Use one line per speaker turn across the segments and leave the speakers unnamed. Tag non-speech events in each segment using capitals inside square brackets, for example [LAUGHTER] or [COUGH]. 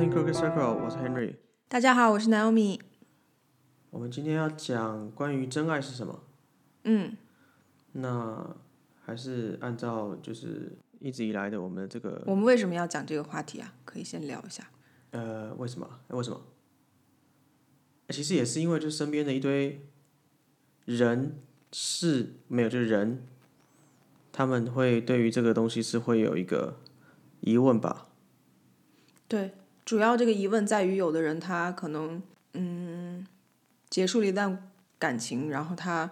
听 Crooked Circle，我是 Henry。
大家好，我是 Naomi。
我们今天要讲关于真爱是什么。
嗯，
那还是按照就是一直以来的我们的这个
我们为什么要讲这个话题啊？可以先聊一下。
呃，为什么？为什么？其实也是因为就身边的一堆人事没有，就是人，他们会对于这个东西是会有一个疑问吧。
对，主要这个疑问在于，有的人他可能嗯结束了一段感情，然后他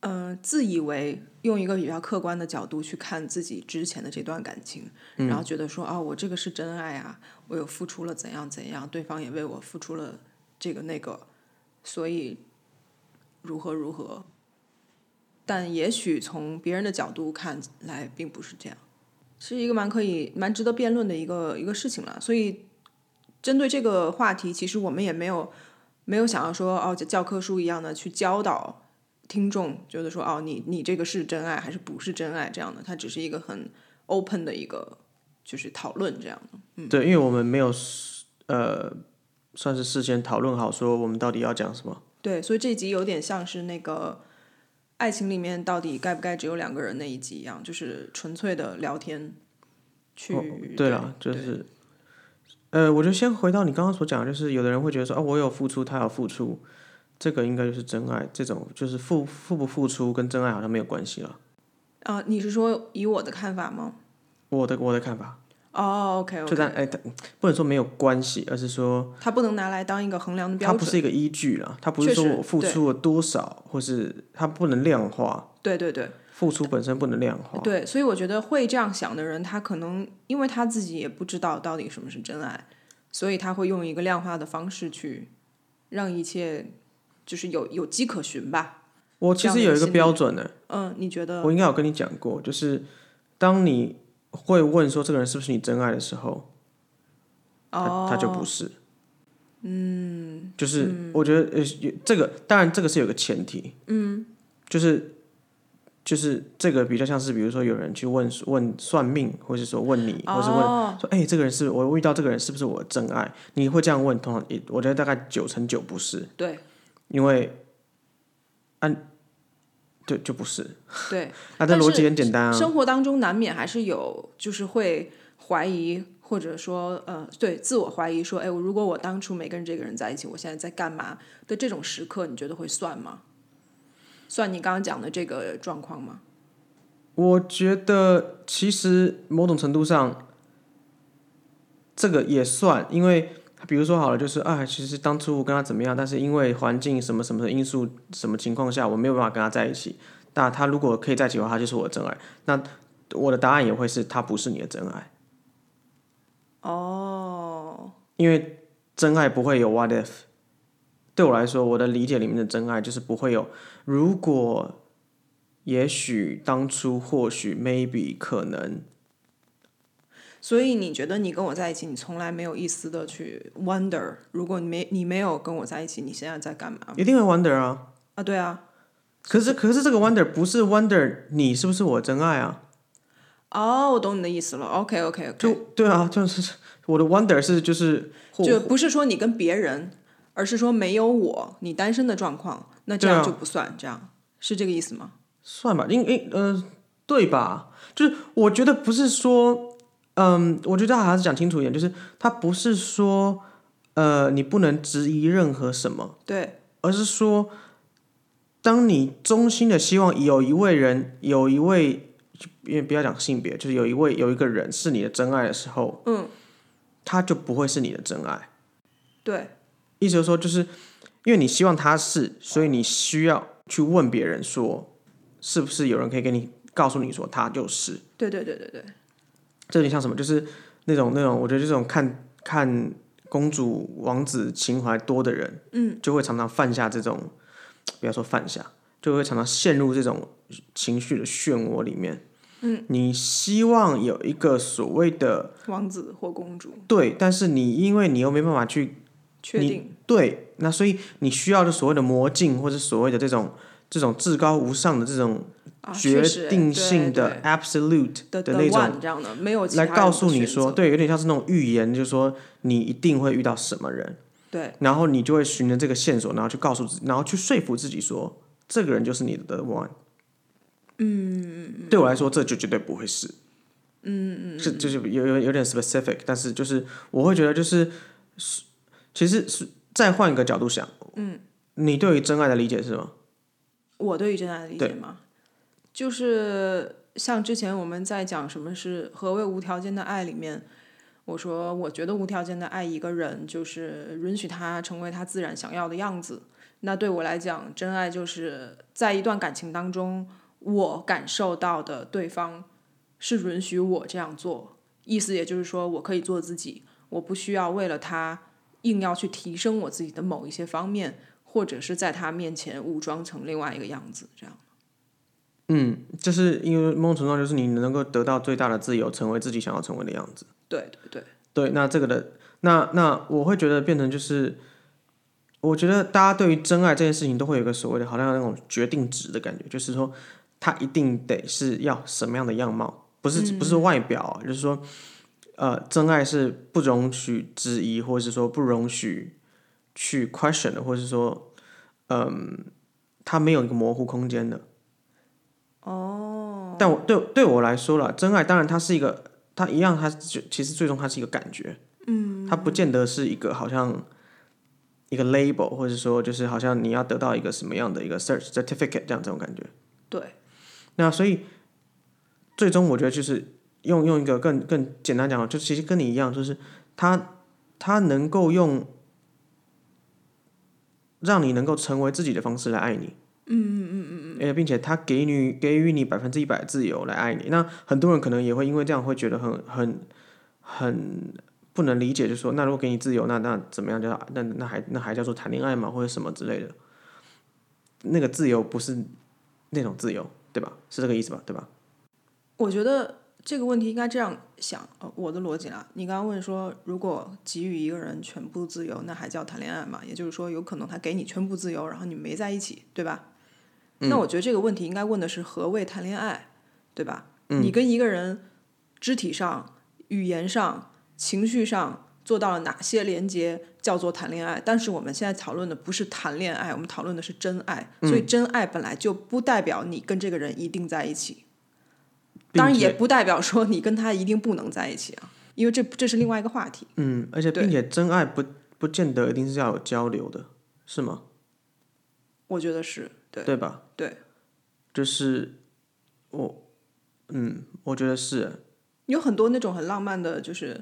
嗯、呃自以为用一个比较客观的角度去看自己之前的这段感情，然后觉得说啊、我这个是真爱啊，我有付出了怎样怎样，对方也为我付出了这个那个，所以如何如何。但也许从别人的角度看来，并不是这样，是一个蛮可以、蛮值得辩论的一个一个事情了。所以，针对这个话题，其实我们也没有没有想要说哦，教科书一样的去教导听众，觉得说哦，你你这个是真爱还是不是真爱这样的，它只是一个很 open 的一个就是讨论这样的。
对，因为我们没有呃，算是事先讨论好说我们到底要讲什么。
对，所以这集有点像是那个爱情里面到底该不该只有两个人那一集一样，就是纯粹的聊天去。
哦对了，就是，呃，我就先回到你刚刚所讲的，就是有的人会觉得说，啊，我有付出，他有付出，这个应该就是真爱。这种就是付付不付出跟真爱好像没有关系了。
啊、你是说以我的看法吗？
我的我的看法，
哦，OK，OK、o
就
k
但
OK，
哎，但不能说没有关系，而是说
它不能拿来当一个衡量的
它
标
不
准。
是一个依据啦，它不是
确
说
实
我付出了多少，或是它不能量化，
对对对
付出本身不能量化。
对，所以我觉得会这样想的人，他可能因为他自己也不知道到底什么是真爱，所以他会用一个量化的方式去让一切就是有有迹可循吧。
我其实有一个标准呢、
嗯，你觉得？
我应该有跟你讲过，就是当你会问说这个人是不是你真爱的时候，
哦
他，他就不是。哦嗯，就是我觉得呃，有这个当然这个是有个前提，嗯，就是就是这个比较像是比如说有人去问问算命，或是说问你，或是问、说哎、这个人是我遇到这个人是不是我的真爱？你会这样问，通常也我觉得大概九成九不是，
对
因为按对就不是，
对，
那这
但是
逻辑很简单啊，
生活当中难免还是有，就是会怀疑，或者说，呃，对，自我怀疑，说，哎，我如果我当初没跟这个人在一起，我现在在干嘛的这种时刻，你觉得会算吗？算你刚刚讲的这个状况吗？
我觉得其实某种程度上，这个也算，因为比如说好了，就是啊，其实当初我跟他怎么样，但是因为环境什么什么的因素，什么情况下我没有办法跟他在一起。那他如果可以在一起的话，他就是我的真爱。那我的答案也会是他不是你的真爱，
哦，
因为真爱不会有 what if。对我来说，我的理解里面的真爱就是不会有如果、也许、当初、或许、maybe、可能。
所以你觉得你跟我在一起，你从来没有一丝的去 wonder，如果你没你没有跟我在一起，你现在在干嘛？
一定会 wonder 啊。
啊，对啊，
可是可是这个 wonder 不是 wonder 你是不是我真爱啊？
哦，我懂你的意思了，OK OK OK，
就对啊，就是我的 wonder 是就是或
就不是说你跟别人，而是说没有我，你单身的状况，那这
对啊
样就不算，这样是这个意思吗？
算吧，因因呃对吧？就是我觉得不是说，嗯，我觉得还是讲清楚一点，就是他不是说呃你不能质疑任何什么，
对，
而是说，当你衷心的希望有一位人，有一位，因为不要讲性别，就是有一位有一个人是你的真爱的时候，嗯，他就不会是你的真爱。
对，
意思就是说，就是因为你希望他是，所以你需要去问别人说，是不是有人可以给你告诉你说他就是。
对，对，对，对，对，
这有点像什么？就是那种那种，我觉得这种看看公主王子情怀多的人，嗯，就会常常犯下这种，不要说犯下，就会常常陷入这种情绪的漩涡里面。嗯，你希望有一个所谓的
王子或公主，
对，但是你因为你又没办法去
确
你
定，
对，那所以你需要的所谓的魔镜，或者所谓的这种这种至高无上的这种
啊
决
确实
定性
对
的 absolute
的
的那种
one 这样的，没有其
来
他
告
人
诉
的
你
选
说，
择，
对，有点像是那种预言，就是说你一定会遇到什么人，
对
然后你就会循着这个线索，然后去告诉自己，然后去说服自己说，这个人就是你的 one。嗯，对我来说，这就绝对不会是。嗯嗯，是就是有有有点 specific，但是就是我会觉得就是是，其实是再换一个角度想，嗯，你对于真爱的理解是什么？
我对于真爱的理解
对
吗？就是像之前我们在讲什么是何谓无条件的爱里面，我说我觉得无条件的爱一个人就是允许他成为他自然想要的样子。那对我来讲，真爱就是在一段感情当中，我感受到的对方是允许我这样做，意思也就是说我可以做自己，我不需要为了他硬要去提升我自己的某一些方面。或者是在他面前武装成另外一个样子，这样。
嗯，就是因为某种程度上就是你能够得到最大的自由，成为自己想要成为的样子。
对对对，
对，那这个的，那那我会觉得变成就是，我觉得大家对于真爱这件事情都会有一个所谓的好像那种决定值的感觉，就是说他一定得是要什么样的样貌，不是、不是外表啊，就是说，呃，真爱是不容许质疑，或者是说不容许去 question 的，或者是说，嗯，他没有一个模糊空间的。哦，但我对对我来说了，真爱当然它是一个，它一样，它就其实最终它是一个感觉，嗯，它不见得是一个好像一个 label，或者说就是好像你要得到一个什么样的一个 search certificate 这样这种感觉。
对，
那所以最终我觉得就是用用一个更更简单讲的，就其实跟你一样，就是他他能够用让你能够成为自己的方式来爱你。嗯嗯嗯嗯嗯，并且他给你给予你百分之一百自由来爱你。那很多人可能也会因为这样会觉得很很很不能理解，就说那如果给你自由，那那怎么样叫那那还那还叫做谈恋爱吗？或者什么之类的？那个自由不是那种自由，对吧？是这个意思吧？对吧？
我觉得这个问题应该这样想，呃，我的逻辑啦。你刚刚问说，如果给予一个人全部自由，那还叫谈恋爱吗？也就是说，有可能他给你全部自由，然后你们没在一起，对吧？
嗯
那我觉得这个问题应该问的是何谓谈恋爱，对吧？
嗯
你跟一个人肢体上、语言上、情绪上做到了哪些连接，叫做谈恋爱？但是我们现在讨论的不是谈恋爱，我们讨论的是真爱。
嗯
所以真爱本来就不代表你跟这个人一定在一起，
并
当然
且
也不代表说你跟他一定不能在一起啊，因为这这是另外一个话题。
嗯，而且
对
并且真爱不不见得一定是要有交流的，是吗？
我觉得是对
对吧？
对，
就是我，嗯，我觉得是，
有很多那种很浪漫的，就是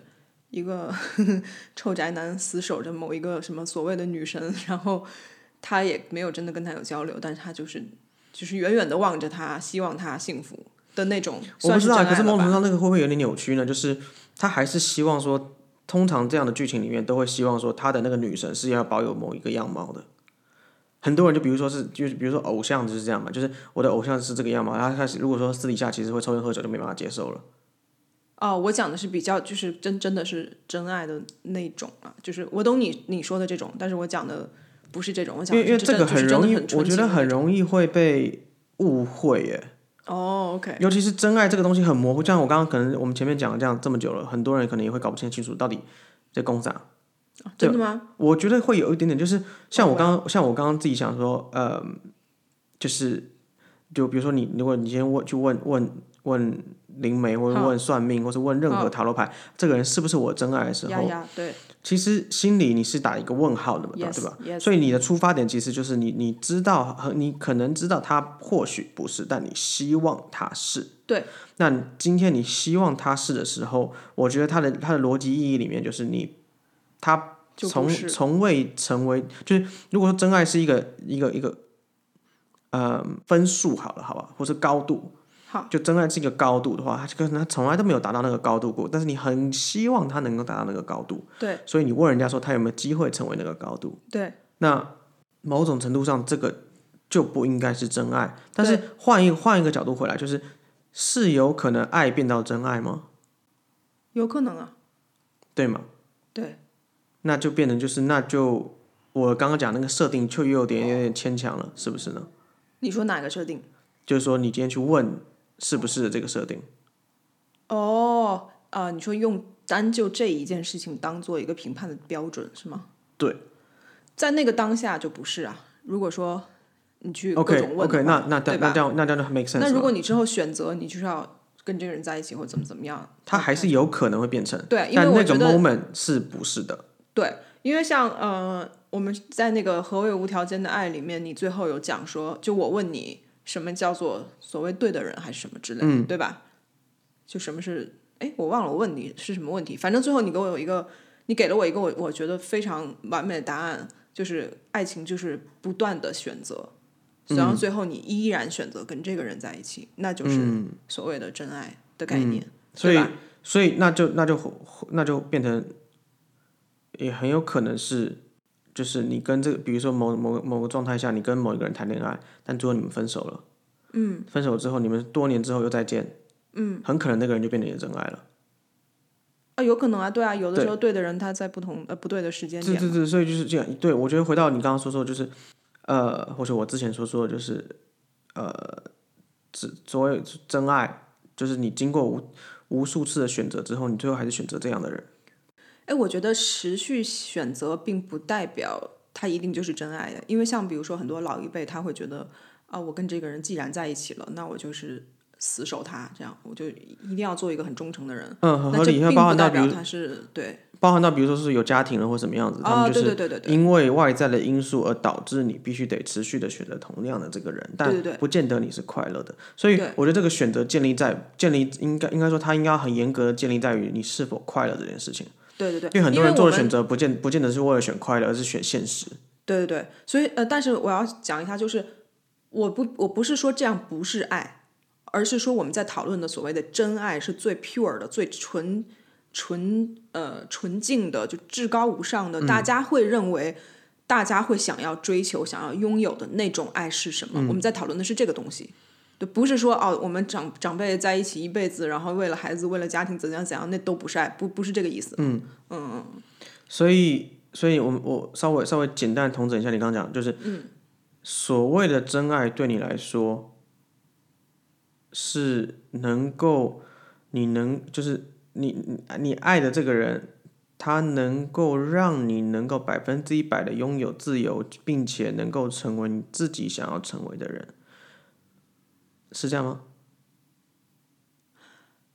一个 [LAUGHS] 臭宅男死守着某一个什么所谓的女神，然后他也没有真的跟她有交流，但是他就是就是远远的望着她，希望她幸福的那种。
我不
算
知
真
道，
爱
可是某种程度
了吧
上那个会不会有点扭曲呢？就是他还是希望说，通常这样的剧情里面都会希望说，他的那个女神是要保有某一个样貌的。很多人就比如说是，就是比如说偶像就是这样嘛，就是我的偶像是这个样貌，然后他开始如果说私底下其实会抽烟喝酒就没办法接受了。
哦，我讲的是比较就是真真的是真爱的那种啊，就是我懂你你说的这种，但是我讲的不是这种，我讲
因
的
为因为
是
这个
真的就是真
容
的
易，
很纯
我觉
情
得
的
很
那种
容易会被误会耶。
哦，OK，
尤其是真爱这个东西很模糊，就像我刚刚可能我们前面讲了这样这么久了，很多人可能也会搞不清清楚到底在攻啥。
真的吗？
我觉得会有一点点，就是像我刚
啊
刚、像我刚刚自己想说，呃，就是就比如说你，如果你今天问去问问问灵媒，或者
好
问算命，或是问任何
好
塔罗牌，这个人是不是我真爱的时
呀
候，
呀，对
其实心里你是打一个问号的嘛，对吧
，yes，
对吧？
yes，
所以你的出发点其实就是你你知道和你可能知道他或许不是，但你希望他是。
对。
那你今天你希望他是的时候，我觉得他的他的逻辑意义里面就是你他
就不
从
是
从未成为，就是如果说真爱是一个一个一个呃分数好了，好吧，或是高度。
好，
就真爱是一个高度的话，他可能他从来都没有达到那个高度过，但是你很希望他能够达到那个高度，
对
所以你问人家说他有没有机会成为那个高度，
对，
那某种程度上这个就不应该是真爱。但是换一个换一个角度回来，就是是有可能爱变到真爱吗？
有可能啊，
对吗？
对，
那就变成就是那就我刚刚讲那个设定就又有点有点牵强了，是不是呢？
你说哪个设定？
就是说你今天去问是不是这个设定，
哦，啊、你说用单就这一件事情当做一个评判的标准是吗？
对，
在那个当下就不是啊。如果说你去各
OK
种问的
OK，
话
那那
对
那
吧
这样那这样就 make sense
那
了
如果你之后选择你就是要跟这个人在一起或怎么怎么样，
它还是有可能会变成，
对，因为
但
我
那
觉
个
得
moment 是不是的？
对，因为像呃，我们在那个《何谓无条件的爱》里面，你最后有讲说，就我问你什么叫做所谓对的人还是什么之类的，
嗯
对吧？就什么是哎，我忘了我问你是什么问题，反正最后你给我有一个，你给了我一个我我觉得非常完美的答案，就是爱情就是不断的选择。然
嗯
后最后你依然选择跟这个人在一起，那就是所谓的真爱的概念，
嗯所以
对吧？
所以那就那就那就变成，也很有可能是，就是你跟这个，比如说某某某个状态下，你跟某一个人谈恋爱，但最后你们分手了，嗯，分手之后你们多年之后又再见，嗯，很可能那个人就变成你的真爱了。
啊，有可能啊，对啊，有的
对
时候对的人他在不同呃不对的时间
对
点
对对，所以就是这样。对我觉得回到你刚刚说说，就是呃，或者我之前所说的就是呃，只所谓真爱，就是你经过无无数次的选择之后，你最后还是选择这样的人。
哎，我觉得持续选择并不代表他一定就是真爱的，因为像比如说很多老一辈，他会觉得啊，我跟这个人既然在一起了，那我就是死守他，这样我就一定要做一个很忠诚的人。
嗯，很
那
合
这
理，因
并
为包
不
含到
代
比
表
如
他是对
包含到比如说是有家庭了或什么样子，他
啊，
们就
对对
是
对对对，
因为外在的因素而导致你必须得持续的选择同样的这个人，但
对对
不见得你是快乐的。所以
对
我觉得这个选择建立在建立应该应该说它应该很严格的建立在于你是否快乐这件事情，
对对对，
因为很多人
我
做的
们
选择不见不见得是为了选快乐，而是选现实。
对对对，所以呃，但是我要讲一下，就是我不我不是说这样不是爱，而是说我们在讨论的所谓的真爱是最 pure 的、最纯纯呃纯净的，就至高无上的，大家会认为。大家会想要追求、想要拥有的那种爱是什么？我们在讨论的是这个东西，对，不是说哦，我们长长辈在一起一辈子，然后为了孩子、为了家庭怎样怎样，那都不是爱，不不是这个意思。嗯嗯，
所以，所以我们我稍微稍微简单地统整一下你刚刚讲，就是，所谓的真爱对你来说是能够，你能就是你你你爱的这个人，他能够让你能够百分之一百的拥有自由，并且能够成为你自己想要成为的人，是这样吗？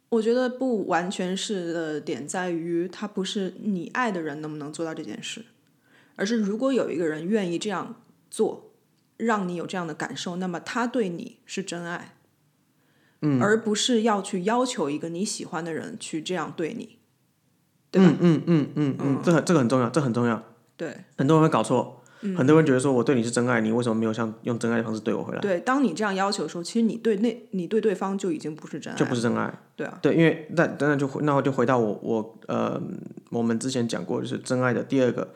我觉得不完全是的点在于，他不是你爱的人能不能做到这件事，而是如果有一个人愿意这样做，让你有这样的感受，那么他对你是真爱，嗯，而不是要去要求一个你喜欢的人去这样对你，对吧？
嗯嗯嗯嗯，这很这个很重要，这很重要。
对
很多人会搞错，很多人觉得说我对你是真爱，你为什么没有像用真爱的方式对我回来？
对，当你这样要求的时候，其实你对那你对对方就已经不是真爱
就不
了，
是真爱。
对啊，
对，因为那那就回，那我就回到我我呃，我们之前讲过，就是真爱的第二个，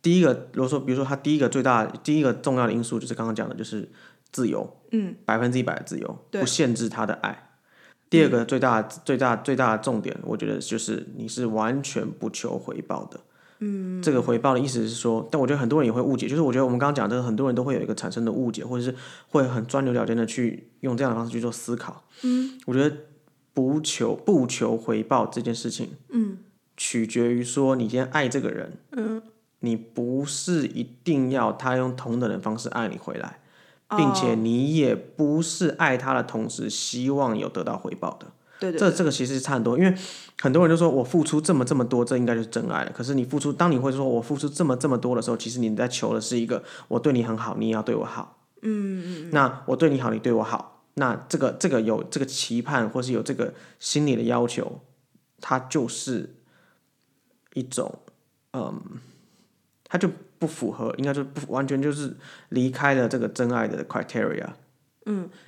第一个，如果说比如说他第一个最大第一个重要的因素就是刚刚讲的，就是自由，嗯，百分之一百的自由，
对
不限制他的爱。第二个最大、最大最大的重点，我觉得就是你是完全不求回报的。嗯，这个回报的意思是说，但我觉得很多人也会误解，就是我觉得我们刚刚讲这个，很多人都会有一个产生的误解，或者是会很钻牛角尖的去用这样的方式去做思考。嗯，我觉得不求不求回报这件事情，嗯，取决于说你今天爱这个人，嗯，你不是一定要他用同等的方式爱你回来，
啊
并且你也不是爱他的同时希望有得到回报的。
对对
这这个其实差很多，因为很多人就说我付出这么这么多，这应该就是真爱了。可是你付出，当你会说我付出这么这么多的时候，其实你在求的是一个我对你很好，你也要对我好。嗯嗯。那我对你好，你对我好，那这个这个有这个期盼，或是有这个心理的要求，它就是一种，嗯，它就不符合，应该就不完全就是离开了这个真爱的 criteria。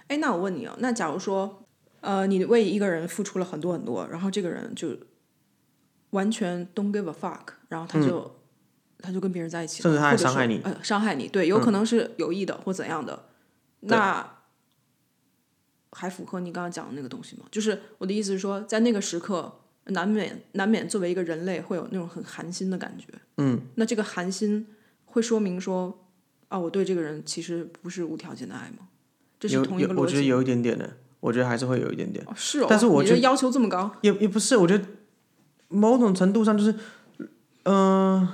哎，那我问你哦，那假如说，呃，你为一个人付出了很多很多，然后这个人就完全 don't give a fuck，然后他就、他就跟别人在一
嗯
起了，
甚至他还
或者
伤害
说
你嗯
呃，伤害你，对，有可能是有意的或怎样的，那还符合你刚刚讲的那个东西吗？就是我的意思是说，在那个时刻，难免难免作为一个人类会有那种很寒心的感觉，嗯，那这个寒心会说明说，啊，我对这个人其实不是无条件的爱吗？这是
有
同一
有，
个逻辑。
我觉得有一点点呢，我觉得还是会有一点点。
哦是哦，
但是我
你
觉
这要求这么高，
也也不是，我觉得某种程度上就是，嗯、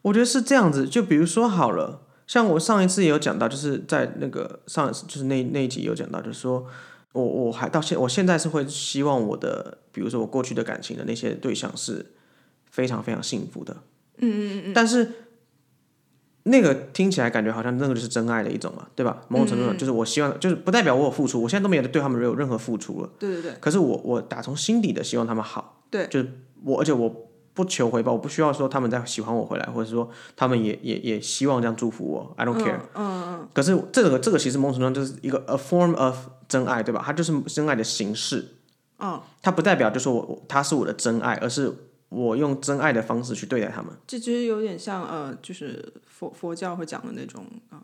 我觉得是这样子。就比如说好了，像我上一次也有讲到，就是在那个上就是那那一集有讲到，就是说我我还到现我现在是会希望我的，比如说我过去的感情的那些对象是非常非常幸福的。嗯嗯嗯。但是。那个听起来感觉好像那个就是真爱的一种嘛，对吧？某种程度上就是我希望，就是不代表我有付出，我现在都没有对他们有任何付出了。
对对对
可是我我打从心底的希望他们好，
对，
就是我，而且我不求回报，我不需要说他们再喜欢我回来，或者说他们也也也希望这样祝福我，I don't care。嗯嗯。可是这个这个其实某种程度上就是一个 a form of 真爱，对吧？它就是真爱的形式。嗯。它不代表就说我我他是我的真爱，而是我用真爱的方式去对待他们，
这其实有点像呃，就是佛佛教会讲的那种啊、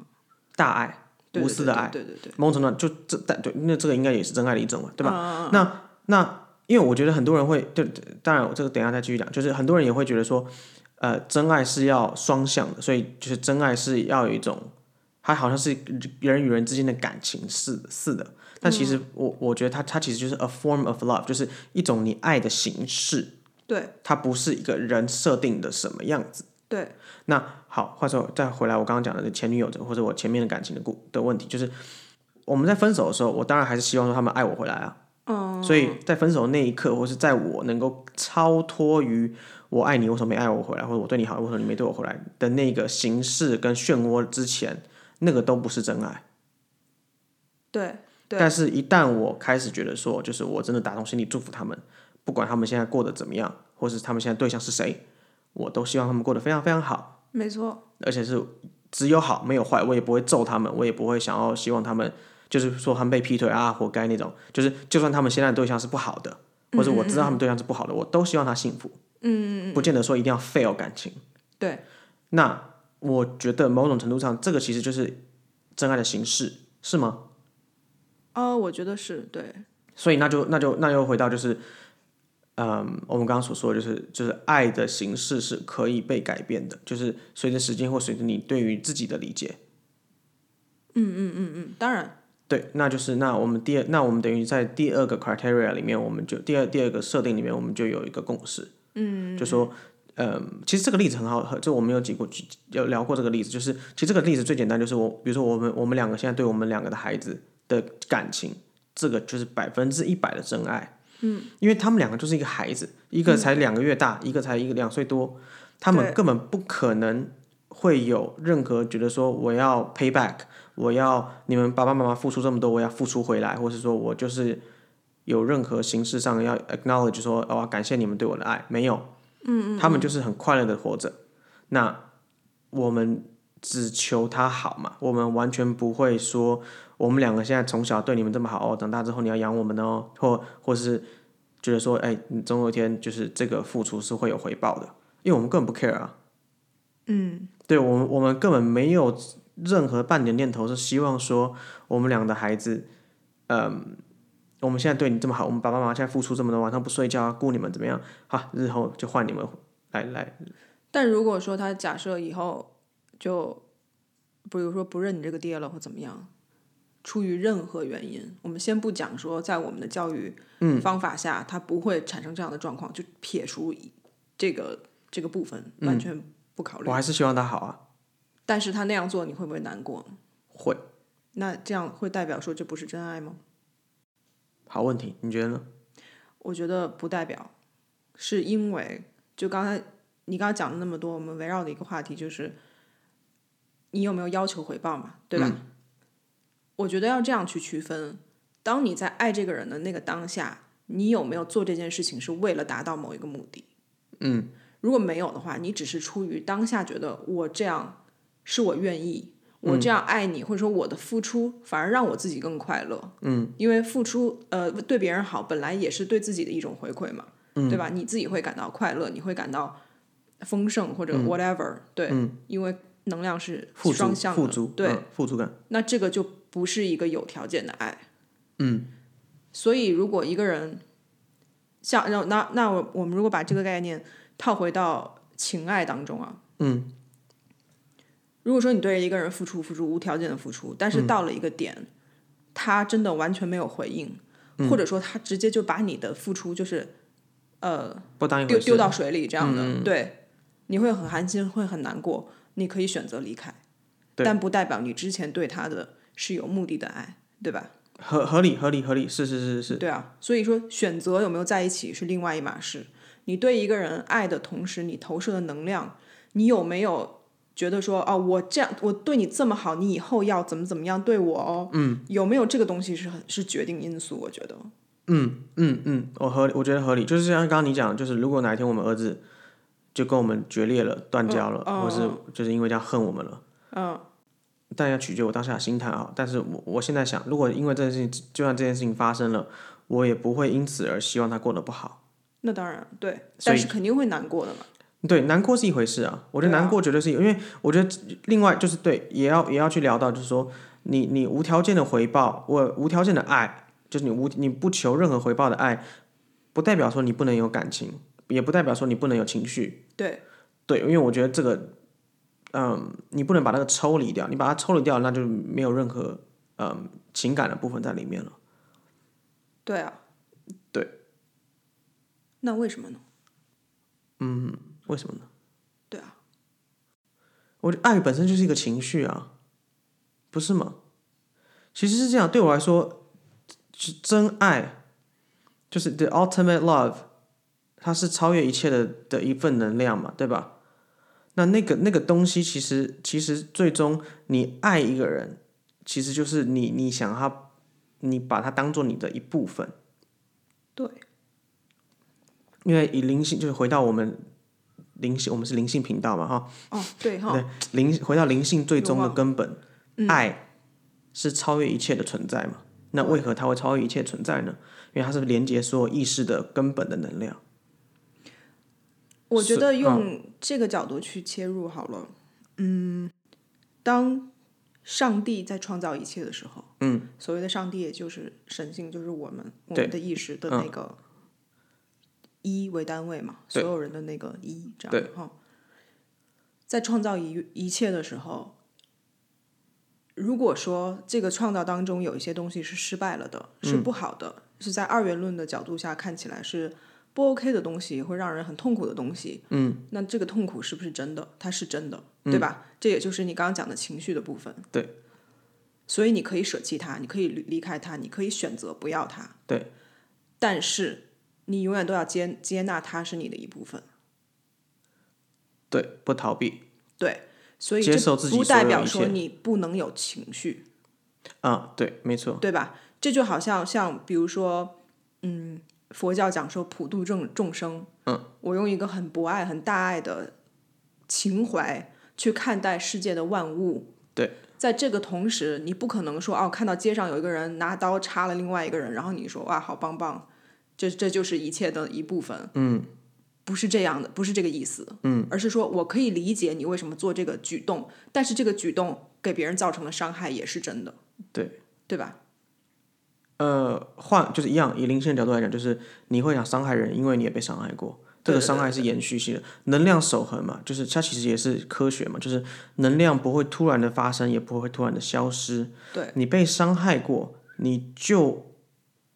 大爱，
对
无
对
私
对
的
对
爱。
对对嗯对，
某种程度上就这但对，那这个应该也是真爱的一种嘛，对吧？那那因为我觉得很多人会，对，当然我这个等一下再继续讲，就是很多人也会觉得说，呃，真爱是要双向的，所以就是真爱是要有一种，它好像是人与人之间的感情似似的，但其实我、我觉得它它其实就是 a form of love，就是一种你爱的形式，
对
它不是一个人设定的什么样子。
对
那好，话说再回来，我刚刚讲的前女友的或者我前面的感情的故的问题，就是我们在分手的时候，我当然还是希望说他们爱我回来啊。嗯，所以在分手那一刻，或是在我能够超脱于我爱你为什么没爱我回来，或者我对你好为什么你没对我回来的那个形式跟漩涡之前，那个都不是真爱。
对对
但是，一旦我开始觉得说，就是我真的打从心里祝福他们，不管他们现在过得怎么样，或是他们现在对象是谁，我都希望他们过得非常非常好。
没错，
而且是只有好没有坏，我也不会揍他们，我也不会想要希望他们就是说他们被劈腿啊，活该那种。就是就算他们现在的对象是不好的，或者我知道他们对象是不好的，我都希望他幸福。嗯嗯嗯，不见得说一定要 fail 感情。
对
那我觉得某种程度上，这个其实就是真爱的形式，是吗？
哦，我觉得是对，
所以那就那就那又回到就是，嗯，我们刚刚所说的就是就是爱的形式是可以被改变的，就是随着时间或随着你对于自己的理解。
嗯，当然
对，那就是那我们第二，那我们等于在第二个 criteria 里面，我们就第二第二个设定里面，我们就有一个共识，嗯，就说，嗯，其实这个例子很好，就我们有几过有聊过这个例子，就是其实这个例子最简单，就是我比如说我们我们两个现在对我们两个的孩子的感情，这个就是百分之一百的真爱，嗯，因为他们两个就是一个孩子，一个才两个月大，一个才一个两岁多，他们
对
根本不可能会有任何觉得说我要 pay back。我要你们爸爸妈妈付出这么多，我要付出回来，或是说我就是有任何形式上要 acknowledge 说哦，感谢你们对我的爱，没有，嗯嗯他们就是很快乐的活着。那我们只求他好嘛，我们完全不会说我们两个现在从小对你们这么好哦，长大之后你要养我们哦，或或是觉得说，哎，你总有一天就是这个付出是会有回报的，因为我们根本不 care 啊。嗯，对我们我们根本没有任何半点念头是希望说我们俩的孩子，嗯，我们现在对你这么好，我们爸爸妈妈现在付出这么多，晚上不睡觉啊，顾你们怎么样？好，日后就换你们来来，
但如果说他假设以后就，比如说不认你这个爹了或怎么样，出于任何原因，我们先不讲说在我们的教育方法下，他不会产生这样的状况，就撇除一这个这个部分，完全不考虑。
我还是希望他好啊，
但是他那样做，你会不会难过？
会。
那这样会代表说这不是真爱吗？
好问题，你觉得呢？
我觉得不代表，是因为就刚才你刚才讲了那么多，我们围绕的一个话题就是你有没有要求回报嘛，对吧？我觉得要这样去区分，当你在爱这个人的那个当下，你有没有做这件事情是为了达到某一个目的？嗯，如果没有的话，你只是出于当下觉得我这样是我愿意。我这样爱你，或者说我的付出，反而让我自己更快乐。因为付出呃对别人好，本来也是对自己的一种回馈嘛，对吧？你自己会感到快乐，你会感到丰盛或者 whatever，、对，因为能量是
付出
双向
付
的，
出，
对，
嗯付出感，
那这个就不是一个有条件的爱。嗯，所以如果一个人像那那那我我们如果把这个概念套回到情爱当中啊，嗯，如果说你对一个人付出、付出无条件的付出，但是到了一个点，他真的完全没有回应，或者说他直接就把你的付出就是呃
不当一
丢
回
丢
事。嗯
到水里这样的，对，你会很寒心，会很难过。你可以选择离开，
对
但不代表你之前对他的是有目的的爱，对吧？
合合理合理合理，是是是是，
对啊，所以说选择有没有在一起是另外一码事。你对一个人爱的同时，你投射的能量，你有没有觉得说，哦，我这样，我对你这么好，你以后要怎么怎么样对我哦？嗯，有没有这个东西是很是决定因素？我觉得，
嗯嗯嗯，我合理，我觉得合理，就是像刚刚你讲，就是如果哪一天我们儿子就跟我们决裂了、断交了，
嗯
或是就是因为这样恨我们了，嗯，但要取决我当下的心态啊。但是我我现在想，如果因为这件事情，就算这件事情发生了，我也不会因此而希望他过得不好。
那当然对，
所
但
以
是肯定会难过的嘛。
对，难过是一回事啊，我觉得
对啊
难过绝对是一，因为我觉得另外就是对，也要也要去聊到，就是说你你无条件的回报，我无条件的爱，就是你无你不求任何回报的爱，不代表说你不能有感情，也不代表说你不能有情绪。
对，
对，因为我觉得这个，嗯，你不能把那个抽离掉，你把它抽离掉，那就没有任何嗯情感的部分在里面了。
对啊，
对。
那为什么呢？
为什么呢？
对啊，
我觉得爱本身就是一个情绪啊，不是吗？其实是这样，对我来说，是真爱就是 the ultimate love，它是超越一切的的一份能量嘛，对吧？那那个那个东西，其实其实最终你爱一个人，其实就是你你想他，你把他当做你的一部分。
对，
因为以灵性就是回到我们灵性，我们是灵性频道嘛，哈，
哦，对哈，
对，灵回到灵性最终
有
的
望嗯
根本，爱是超越一切的存在嘛？那为何它会超越一切存在呢？因为它是连接所有意识的根本的能量。
我觉
是
得用
嗯
这个角度去切入好了。嗯，当上帝在创造一切的时候，嗯，所谓的上帝也就是神性，就是我们我
对嗯
们的意识的那个一为单位嘛，所
对
有人的那个一这
对
样哈。在创造一一切的时候，如果说这个创造当中有一些东西是失败了的，是
嗯
不好的，是在二元论的角度下看起来是不 OK 的东西，会让人很痛苦的东西，嗯，那这个痛苦是不是真的？它是真的，对吧？这也就是你刚刚讲的情绪的部分。
嗯对，
所以你可以舍弃它，你可以离离开它，你可以选择不要它，
对，
但是你永远都要接接纳它是你的一部分。
对，不逃避。
对，所以
接
这
受自己
不
所有
代表
一
说
切
你不能有情绪，
啊、对，没错。
对吧？这就好像像比如说，嗯，佛教讲说普度众众生，嗯，我用一个很博爱、很大爱的情怀去看待世界的万物。
对，
在这个同时，你不可能说哦，看到街上有一个人拿刀插了另外一个人，然后你说哇，好棒棒，这这就是一切的一部分。嗯。不是这样的，不是这个意思，嗯，而是说我可以理解你为什么做这个举动，但是这个举动给别人造成的伤害也是真的，
对，
对吧？
呃，换就是一样，以灵性的角度来讲，就是你会想伤害人，因为你也被伤害过。这
对
个
对
伤害是延续性的，能量守恒嘛，就是它其实也是科学嘛，就是能量不会突然的发生，也不会突然的消失。
对，
你被伤害过，你就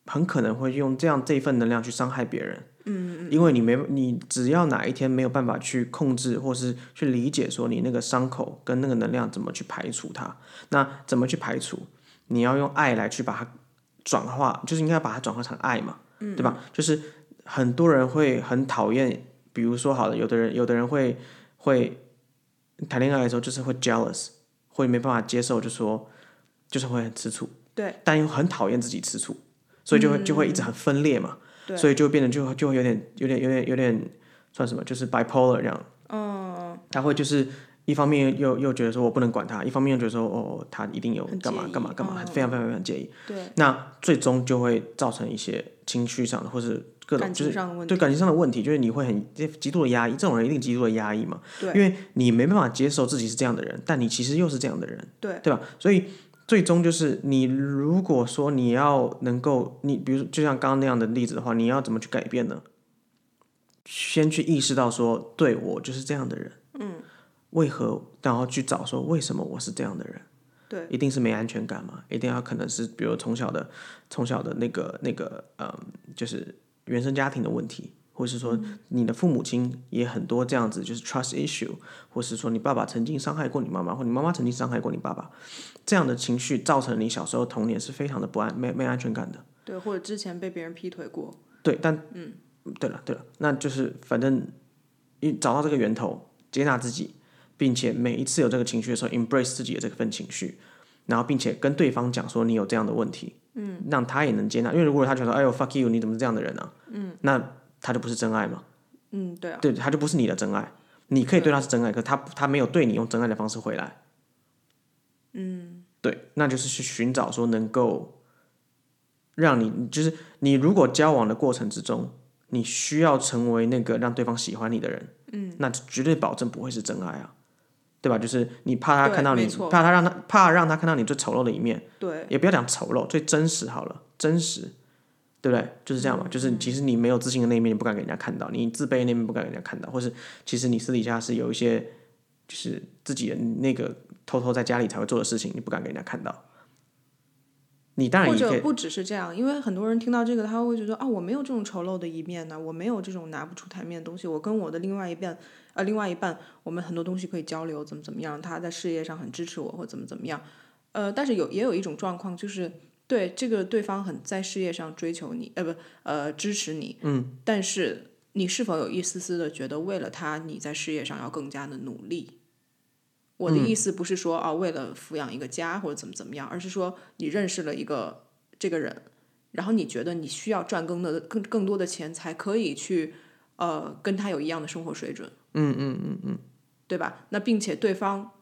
很可能会用这样这一份能量去伤害别人。嗯，因为你没你只要哪一天没有办法去控制或是去理解说你那个伤口跟那个能量怎么去排除它，那怎么去排除？你要用爱来去把它转化，就是应该把它转化成爱嘛，嗯、对吧？就是很多人会很讨厌，比如说好了，有的人有的人会会谈恋爱的时候就是会 jealous，会没办法接受，就说就是会很吃醋，
对，
但又很讨厌自己吃醋，所以就会就会一直很分裂嘛，
嗯对
所以就变得就就会有点有点有点有点算什么，就是 bipolar 这样，嗯，他会就是一方面又又觉得说我不能管他，一方面又觉得说哦他一定有
很
干嘛
介意
干嘛干嘛，
嗯
非常非常非常介意，
对，
那最终就会造成一些情绪上的或是各种
感
就
情
是
上的问题，
对感情上的问题，就是你会很极度的压抑，这种人一定极度的压抑嘛，
对
因为你没办法接受自己是这样的人，但你其实又是这样的人，
对
对吧？所以最终就是你如果说你要能够，你比如就像刚刚那样的例子的话，你要怎么去改变呢？先去意识到说，对我就是这样的人，嗯，为何，然后去找说为什么我是这样的人。
对，
一定是没安全感嘛，一定要可能是比如从小的从小的那个那个嗯，就是原生家庭的问题，或是说你的父母亲也很多这样子，就是 trust issue，或是说你爸爸曾经伤害过你妈妈，或你妈妈曾经伤害过你爸爸，这样的情绪造成你小时候童年是非常的不安没没安全感的。
对，或者之前被别人劈腿过，
对，但嗯，对了对了，那就是反正你找到这个源头，接纳自己，并且每一次有这个情绪的时候，embrace 自己的这份情绪，然后并且跟对方讲说你有这样的问题，嗯，让他也能接纳。因为如果他觉得哎呦 fuck you，你怎么是这样的人啊？嗯，那他就不是真爱嘛，
嗯，对啊，
对，他就不是你的真爱。你可以对他是真爱，可他他没有对你用真爱的方式回来。嗯，对，那就是去寻找说能够让你，就是你如果交往的过程之中，你需要成为那个让对方喜欢你的人，嗯，那绝对保证不会是真爱啊，对吧？就是你怕他
对
看到你
没，错
怕他让他怕让他看到你最丑陋的一面，
对，
也不要讲丑陋，最真实好了，真实，对不对？就是这样嘛，就是其实你没有自信的那一面，你不敢给人家看到；你自卑的那一面不敢给人家看到，或是其实你私底下是有一些就是自己的那个偷偷在家里才会做的事情，你不敢给人家看到。你当然
或
也可
者
以，
不只是这样，因为很多人听到这个，他会觉得啊，我没有这种丑陋的一面呢、我没有这种拿不出台面的东西，我跟我的另外一半，呃，另外一半，我们很多东西可以交流，怎么怎么样，他在事业上很支持我，或怎么怎么样，呃，但是有也有一种状况就是。对，这个对方很在事业上追求你，呃不，呃支持你，嗯，但是你是否有一丝丝的觉得为了他，你在事业上要更加的努力？我的
嗯
意思不是说啊，为了抚养一个家或者怎么怎么样，而是说你认识了一个这个人，然后你觉得你需要赚更多的更更多的钱才可以去呃跟他有一样的生活水准，
嗯嗯嗯嗯，
对吧？那并且对方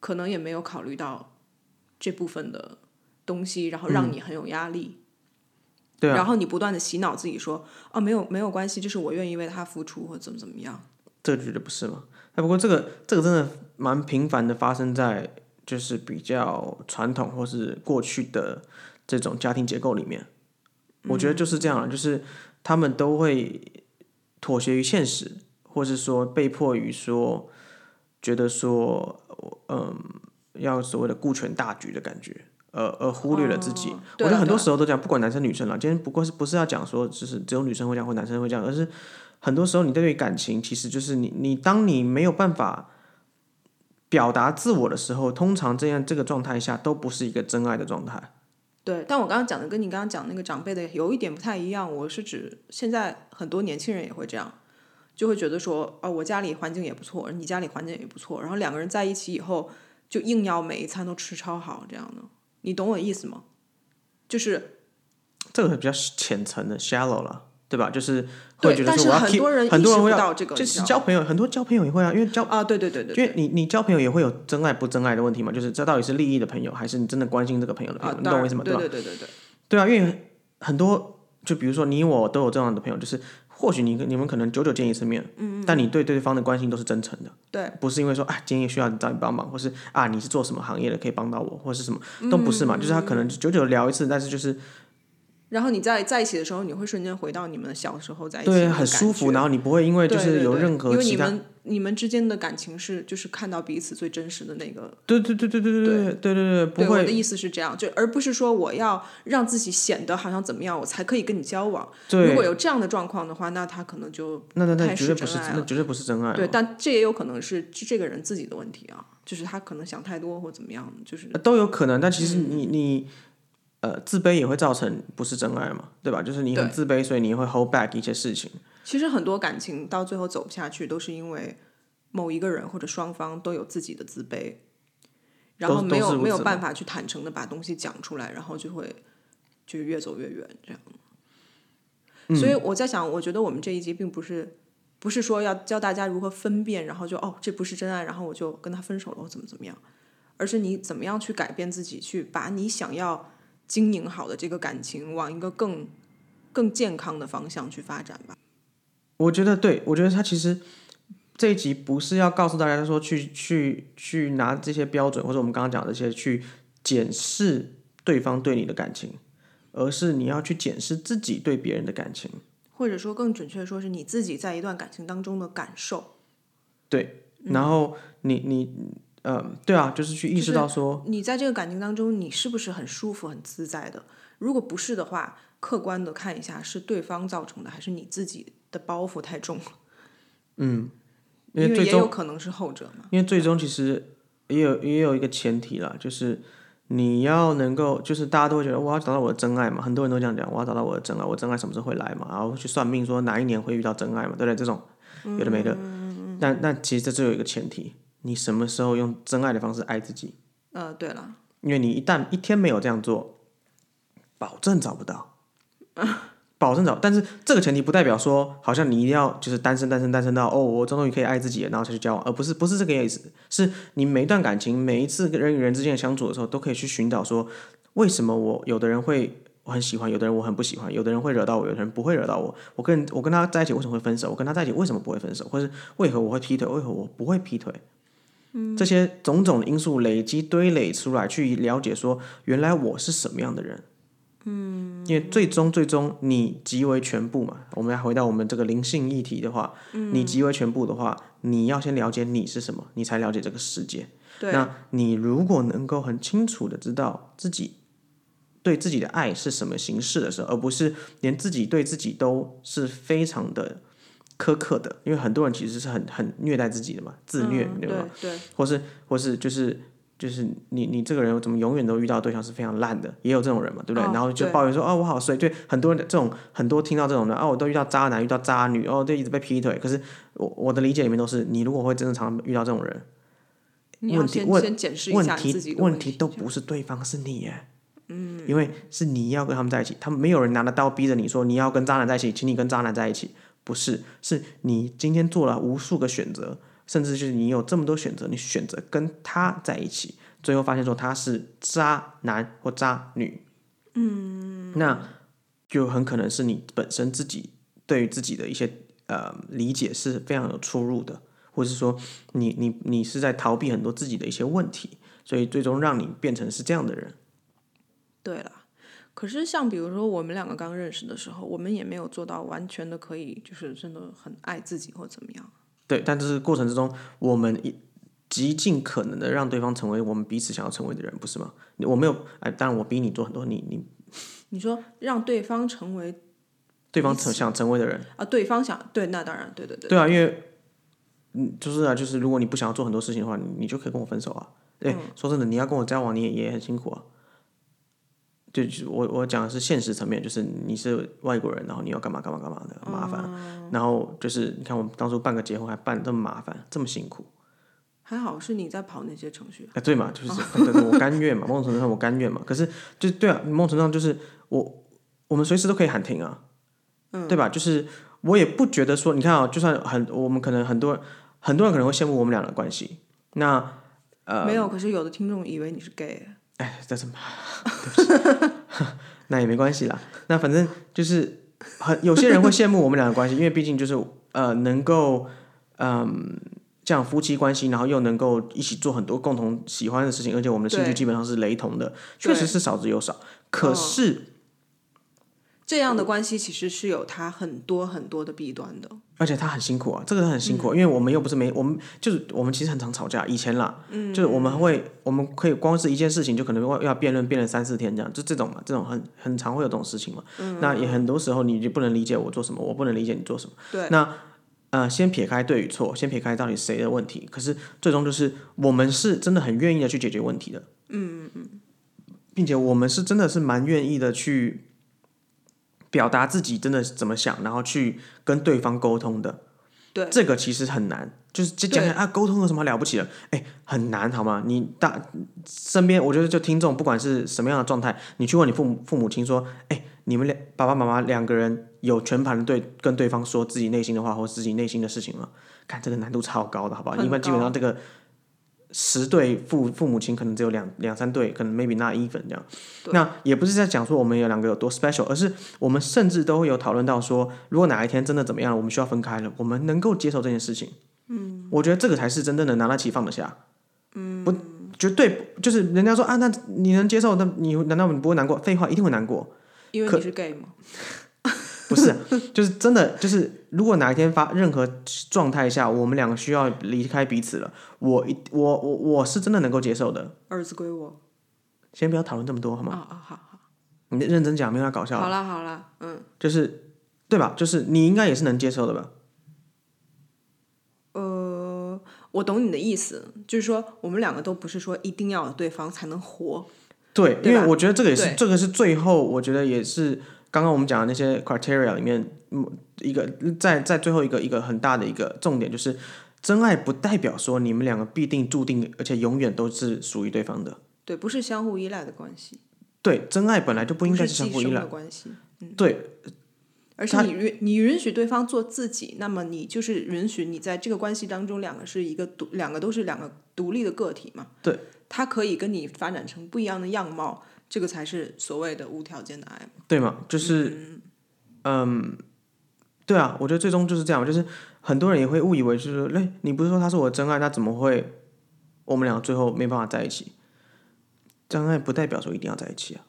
可能也没有考虑到这部分的东西，然后让你很有压力。
嗯对啊，
然后你不断的洗脑自己说啊，没有没有关系，就是我愿意为他付出或怎么怎么样。
这个绝对不是嘛。那不过这个这个真的蛮频繁的发生在就是比较传统或是过去的这种家庭结构里面。
嗯
我觉得就是这样啊，就是他们都会妥协于现实，或是说被迫于说觉得说嗯要所谓的顾全大局的感觉。呃，而忽略了自己，
哦
我
对
觉得
了
很多
对了
时候都讲，不管男生女生了，今天不过是不是要讲说，就是只有女生会这样或男生会这样，而是很多时候你对于感情，其实就是你你当你没有办法表达自我的时候，通常这样这个状态下都不是一个真爱的状态。
对，但我刚刚讲的跟你刚刚讲那个长辈的有一点不太一样，我是指现在很多年轻人也会这样，就会觉得说，啊，我家里环境也不错，你家里环境也不错，然后两个人在一起以后，就硬要每一餐都吃超好这样的，你懂我意思吗？就是
这个比较浅层的 shallow 了，对吧？就是会觉得
对，但
说
是
我要
很
keep，
多人
很
意
多
识
人
不
会
到
要
这个，
就
你
是
知道
交朋友，很多交朋友也会啊，因为交
吗啊，对对对对
因
对，
为你你交朋友也会有真爱不真爱的问题嘛，就是这到底是利益的朋友，还是你真的关心这个朋友的朋
啊
友？，你懂
当然
我意思吗？
对
吧？
对对对对，
对啊，因为很多，就比如说你我都有这样的朋友，就是或许你你们可能久久见一次面，嗯但你对对方的关心都是真诚的，
对，
不是因为说啊今天需要找你帮忙，或是啊你是做什么行业的可以帮到我，或是什么都不
嗯
是嘛，就是他可能久久聊一次，但是就是
然后你在在一起的时候，你会瞬间回到你们小时候在一起的
对
感觉，
很舒服，然后你不会因为就
对
是
对
有
对
任何
因为
其
你
他
们你们之间的感情是就是看到彼此最真实的那个。
对对对对对对对对对对，不
对我的
会
意思是这样，就而不是说我要让自己显得好像怎么样，我才可以跟你交往。如果
对，
有这样的状况的话，那他可能就
那那
太
那绝
是
对不
真
是
爱
那
了
绝对不是真爱嘛，
对，但这也有可能是这个人自己的问题啊，就是他可能想太多或怎么样，就是
呃都有可能，但其实
嗯
你、你呃自卑也会造成不是真爱嘛，对吧？就是你很
对
自卑，所以你会 hold back 一些事情。
其实很多感情到最后走不下去，都是因为某一个人或者双方都有自己的自卑，然后
都
没
都是
有
如
没有
此
办
吗
法去坦诚的把东西讲出来，然后就会就越走越远这样。
嗯
所以我在想，我觉得我们这一集并不是不是说要教大家如何分辨，然后就哦这不是真爱，然后我就跟他分手了，我怎么怎么样，而是你怎么样去改变自己，去把你想要经营好的这个感情往一个更更健康的方向去发展吧。
我觉得对，我觉得他其实这一集不是要告诉大家说去去去拿这些标准，或者我们刚刚讲的这些去检视对方对你的感情，而是你要去检视自己对别人的感情。
或者说更准确地说是你自己在一段感情当中的感受。
对，然后你你呃，对啊，嗯就是去意识到说，
你在这个感情当中，你是不是很舒服、很自在的？如果不是的话，客观的看一下，是对方造成的，还是你自己的包袱太重了？
因
因
为
为
最
也
终
有可能是后者嘛。
因为最终其实也有也有一个前提啦，就是你要能够，就是大家都会觉得我要找到我的真爱嘛，很多人都这样讲，我要找到我的真爱，我真爱什么时候会来嘛，然后去算命说哪一年会遇到真爱嘛，对不对？这种有的没的，但但其实这只有一个前提，你什么时候用真爱的方式爱自己，
呃，对了，
因为你一旦一天没有这样做，保证找不到，保证找。但是这个前提不代表说，好像你一定要就是单身单身单身到哦，我终于可以爱自己了，然后才去交往，而不是不是这个意思。是你每一段感情，每一次跟人与人之间的相处的时候，都可以去寻找说，为什么我有的人会。我很喜欢，有的人我很不喜欢，有的人会惹到我，有的人不会惹到我。我跟我跟他在一起为什么会分手？我跟他在一起为什么不会分手？或是为何我会劈腿？为何我不会劈腿？
嗯
这些种种的因素累积堆垒出来，去了解说原来我是什么样的人。嗯，因为最终最终你即为全部嘛。我们来回到我们这个灵性议题的话，
嗯
你即为全部的话，你要先了解你是什么，你才了解这个世界。
对，
那你如果能够很清楚的知道自己对自己的爱是什么形式的时候，而不是连自己对自己都是非常的苛刻的，因为很多人其实是很很虐待自己的嘛，自虐，
嗯、
对吧？
对对，
或是或是就是就是你你这个人怎么永远都遇到对象是非常烂的，也有这种人嘛，对不对？
哦
然后就
对
抱怨说哦我好衰，对很多人这种很多听到这种的哦我都遇到渣男遇到渣女哦对一直被劈腿，可是我我的理解里面都是你如果会真的常常遇到这种人，
你要
问题
先
问
先检视一
问
下
题
自己的
问
题
题都不是对方是你耶。嗯，因为是你要跟他们在一起，他们没有人拿着刀逼着你说你要跟渣男在一起，请你跟渣男在一起，不是，是你今天做了无数个选择，甚至就是你有这么多选择，你选择跟他在一起，最后发现说他是渣男或渣女，嗯，那就很可能是你本身自己对于自己的一些呃理解是非常有出入的，或者是说你你你是在逃避很多自己的一些问题，所以最终让你变成是这样的人。
对了，可是像比如说我们两个刚认识的时候，我们也没有做到完全的可以，就是真的很爱自己或怎么样。
对，但这是过程之中，我们一极尽可能的让对方成为我们彼此想要成为的人，不是吗？你我没有，哎，当然我逼你做很多，你你
你说让对方成为
对方成想成为的人，
啊，对方想对，那当然，对对对，
对啊，因为嗯，就是啊，就是如果你不想要做很多事情的话，你你就可以跟我分手啊。对，说真的，你要跟我交往，你也也很辛苦啊。对，就是我我讲的是现实层面，就是你是外国人，然后你要干嘛干嘛干嘛的，麻烦啊。然后就是你看，我们当初办个结婚还办得这么麻烦，这么辛苦。
还好是你在跑那些程序。
啊，对嘛，就是这样对对我甘愿嘛，某种程度上我甘愿嘛。可是就对啊，某种程度上就是我我们随时都可以喊停啊，
嗯
对吧？就是我也不觉得说，你看啊、就算很我们可能很多人很多人可能会羡慕我们俩的关系，那呃
没有，可是有的听众以为你是 gay，
哎，这是对不起，那也没关系啦。那反正就是很有些人会羡慕我们俩的关系，因为毕竟就是呃能够嗯、这样夫妻关系，然后又能够一起做很多共同喜欢的事情，而且我们的兴趣
对
基本上是雷同的，
对嗯
确实是少之又少。可是、
这样的关系其实是有它很多很多的弊端的。
而且他很辛苦啊，这个他很辛苦啊、因为我们又不是没我们就是我们其实很常吵架，以前啦，嗯，就是我们会我们可以光是一件事情就可能要要辩论辩论三四天这样，就这种嘛，这种很很常会有这种事情嘛，嗯，那也很多时候你就不能理解我做什么，我不能理解你做什么，
对，
那呃先撇开对与错，先撇开到底谁的问题，可是最终就是我们是真的很愿意的去解决问题的，嗯嗯嗯，并且我们是真的是蛮愿意的去表达自己真的是怎么想，然后去跟对方沟通的。
对
这个其实很难，就是就讲
对
啊，沟通有什么了不起的？哎，很难好吗？你大身边，我觉得就听众，不管是什么样的状态，你去问你父母父母亲说，哎，你们两爸爸妈妈两个人有全盘的对跟对方说自己内心的话或自己内心的事情吗？看这个难度超高的，好不好？
很
一般基本
高
上这个十对父父母亲可能只有两两三对，可能 maybe not even 这样。
对
那也不是在讲说我们有两个有多 special，而是我们甚至都会有讨论到说，如果哪一天真的怎么样了，我们需要分开了，我们能够接受这件事情。嗯，我觉得这个才是真正的拿得起放得下。嗯，不，绝对不就是人家说啊，那你能接受，那你难道你不会难过？废话，一定会难过。
因为
可
你是 gay 嘛，
不是，就是真的，就是如果哪一天发任何状态下，我们两个需要离开彼此了，我一我我我是真的能够接受的。
儿子归我。
先不要讨论这么多好
啊
吗？啊
啊，好好，
你认真讲，没有要搞笑
好
了，
啦好啦，嗯，
就是对吧？就是你应该也是能接受的吧？
呃，我懂你的意思，就是说我们两个都不是说一定要有对方才能活，
对，因
对吧
为我觉得这个也是
对
这个是最后，我觉得也是刚刚我们讲的那些 criteria 里面，嗯，一个在在最后一个一个很大的一个重点就是，真爱不代表说你们两个必定注定，而且永远都是属于对方的。
对，不是相互依赖的关系，
对，真爱本来就不应该
是
相
寄
互依
生
赖
的。关系。嗯
对
而且你允你允许对方做自己，那么你就是允许你在这个关系当中，两个是一个独，两个都是两个独立的个体嘛。
对，
他可以跟你发展成不一样的样貌，这个才是所谓的无条件的爱嘛。
对嘛，就是，嗯对啊，我觉得最终就是这样，就是很多人也会误以为就是，哎，你不是说他是我的真爱，那怎么会我们两个最后没办法在一起？真爱不代表说一定要在一起啊。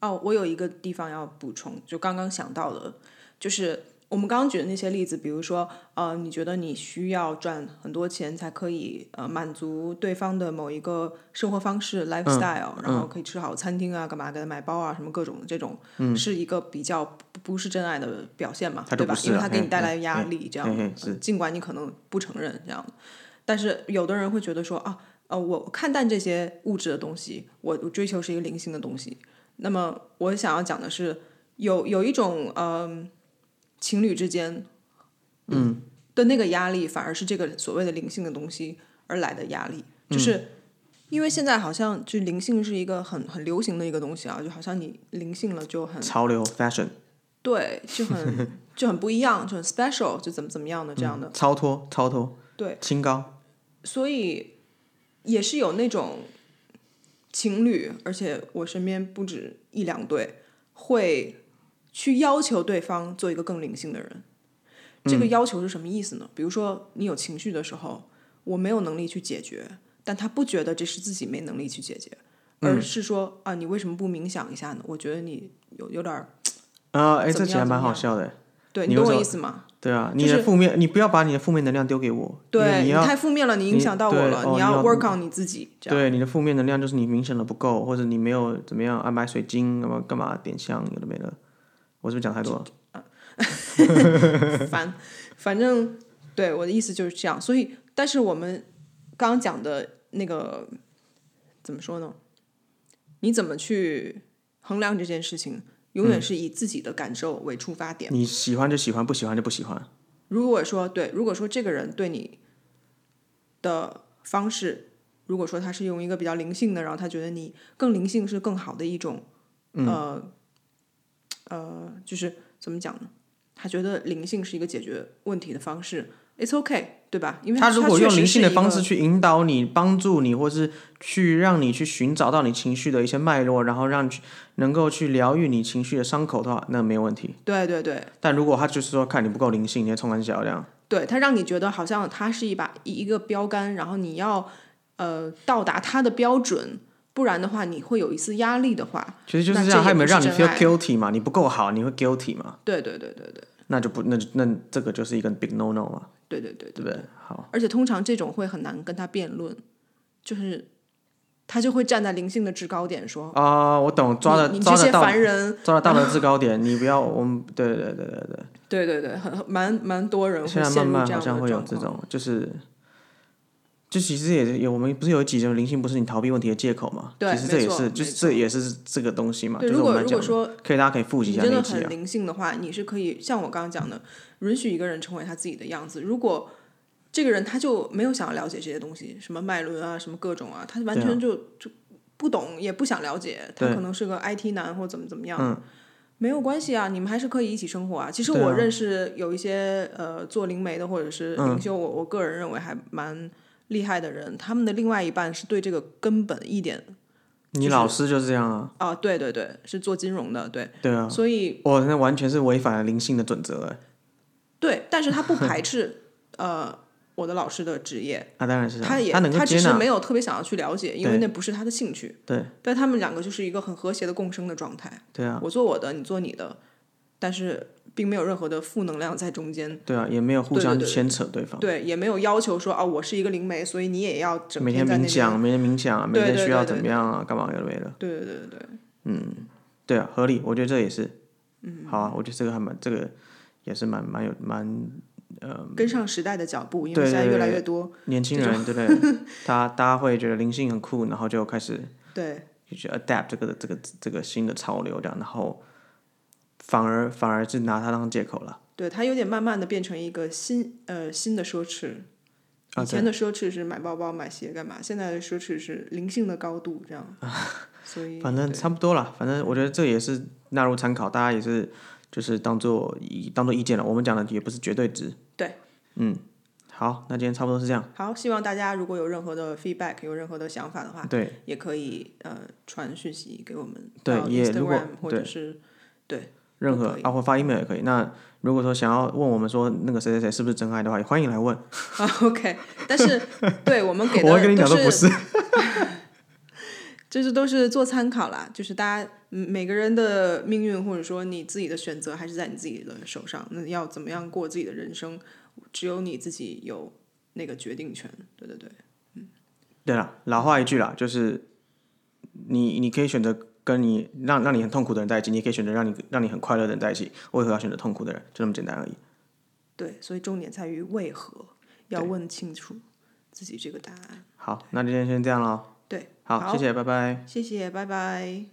哦，我有一个地方要补充，就刚刚想到的，就是我们刚刚举的那些例子，比如说，呃，你觉得你需要赚很多钱才可以呃满足对方的某一个生活方
嗯
式 lifestyle，、然后可以吃好餐厅啊，干嘛给他买包啊，什么各种这种，是一个比较不不是真爱的表现嘛，
嗯他就
对
不
吧？
是
因为
了
他给
嗯
你带来
嗯
压
嗯
力，这样、
嗯嗯
呃尽管你可能不承认这样，但是有的人会觉得说啊，呃，我我看淡这些物质的东西，我我追求是一个灵性的东西。那么我想要讲的是，有有一种嗯、情侣之间，嗯的那个压力，反而是这个所谓的灵性的东西而来的压力，就是。因为现在好像就灵性是一个很很流行的一个东西啊，就好像你灵性了就很
潮流 fashion
对，就很 [LAUGHS] 就很不一样，就很 special，就怎么怎么样的这样的。
超脱超脱
对，
清高，
所以也是有那种情侣，而且我身边不止一两对会去要求对方做一个更灵性的人。这
嗯
个要求是什么意思呢？比如说你有情绪的时候，我没有能力去解决，但他不觉得这是自己没能力去解决，
嗯
而是说、啊，你为什么不冥想一下呢？我觉得你有有点儿
啊，哎，
怎
这
么
其实
样怎
蛮
么
好
样
笑的，
对
你
你懂
为
我
什
意
么
思吗？
对啊，
就
你的
是
负面，你不要把你的负面能量丢给我，因为
对
你要
太负面了，你
你
影响到我
对
了，
哦你
要
要
work on 你自己。这样
对你的负面能量就是你冥想的不够，或者你没有怎么样啊买水晶，干嘛干嘛点香，有的没的，我是不是讲太多了？
反反正对我的意思就是这样。所以，但是我们刚刚讲的那个怎么说呢？你怎么去衡量这件事情，永远是以自己的感受为出发点。
你喜欢就喜欢，不喜欢就不喜欢。
如果说对，如果说这个人对你的方式，如果说他是用一个比较灵性的，然后他觉得你更灵性是更好的一种，
嗯
呃呃，就是怎么讲呢？他觉得灵性是一个解决问题的方式，it's OK，对吧？因为
他如果用灵性的方式
去，
去引导你、帮助你，或是去让你去寻找到你情绪的一些脉络，然后让你去能够去疗愈你情绪的伤口的话，那没有问题。
对对对，
但如果他就是说看你不够灵性，你在冲很小这样，
对，它让你觉得好像它是一把一一个标杆，然后你要呃到达它的标准，不然的话你会有一丝压力的话，
其实就是
那
这
这
样，
也
他有没有
不是
让你
真
feel
爱
guilty 嘛？你不够好，你会 guilty 嘛？
对对对对对
那就不，那就那这个就是一个 big no no 嘛，
对对对
对不对？好，
而且通常这种会很难跟他辩论，就是他就会站在灵性的制高点说，
啊、我懂，抓的
你你
抓
这
得
些
到，
凡人，
抓得到的制高点，你不要，我们对对对对对对。
对对对，很很蛮蛮多人会
现在
陷
慢慢
入这
好
样的
像
状
会有
况。
这种，就是，就其实也是有我们不是有几种灵性不是你逃避问题的借口嘛？
对
其实这也
没错
是，就是
没错
这也是这个东西嘛。
对，
就是
如
我
果
们来
如
讲
果
的，
说
可以大家可以复习一
你
下
真
那
的
一集
很
啊。
灵性的话，你是可以像我刚刚讲的，允许一个人成为他自己的样子。如果这个人他就没有想要了解这些东西，什么脉轮啊，什么各种啊，他完
对啊
全就、就不懂，也不想了解。他
对
可能是个 IT 男或怎么怎么样，
嗯
没有关系啊，你们还是可以一起生活啊。其实
对啊
我认识有一些、呃做灵媒的或者是
嗯
灵修，我我个人认为还蛮厉害的人，他们的另外一半是对这个根本一点
你老师就是这样啊，
啊，对对对，是做金融的，对，
对啊，
所以
哇，那完全是违反了灵性的准则哎。
对，但是
[LAUGHS]
他不排斥呃我的老师的职业，
那当然是啊
也
他
他
能够接
只是
纳
没，有特别想要去了解，因为
对
那不是他的兴趣。
对
但他们两个就是一个很和谐的共生的状态，
对啊，
我做我的，你做你的，但是并没有任何的负能量在中间。
对啊，也没有互相
对对对
牵扯对方，
对，也没有要求说啊、我是一个灵媒，所以你也要整
每天
在那
冥
边
想，每天冥想啊，每
对
天
对
需要
对
怎么样啊，干嘛有的没的。
对对对对对，
嗯对啊，合理，我觉得这也是。嗯，好啊，我觉得这个还蛮，这个也是蛮蛮有蛮
跟上时代的脚步，因为
对
现在
对
越来
对
越多，
年轻人，对不对？他大家会觉得灵性很酷，然后就开始
对
就去 adapt 这个这个这个新的潮流，这样，然后反而反而是拿它当借口了。
对，它有点慢慢的变成一个新呃新的奢侈。
啊
以前的奢侈是买包包、买鞋干嘛，现在的奢侈是灵性的高度
[LAUGHS]
这样。所以
反正
对
差不多了，反正我觉得这也是纳入参考，大家也是就是当做意当做意见了。我们讲的也不是绝对值。
对，
嗯，好，那今天差不多是这样。
好，希望大家如果有任何的 feedback，有任何的想法的话，
对
也可以呃传讯息给我们
对
到
也如果
Instagram 或者
对
是
任何
可以
啊，或发 email 也可以。那如果说想要问我们说那个谁谁谁是不是真爱的话，也欢迎来问，
[LAUGHS] 啊 OK，
[LAUGHS]
但是对我们给的
我会跟你讲
都
说不是。
[LAUGHS] 就是都是做参考啦，就是大家嗯每个人的命运或者说你自己的选择还是在你自己的手上，那要怎么样过自己的人生，只有你自己有那个决定权。对对对，
对了，老话一句啦，就是你你可以选择跟你让让你很痛苦的人在一起，你也可以选择让你让你很快乐的人在一起。为何要选择痛苦的人？就这么简单而已。
对，所以重点在于为何，要问清楚自己这个答案。
好，那今天先这样喽。
对，
好，
好
谢谢，拜拜。
谢谢，拜拜。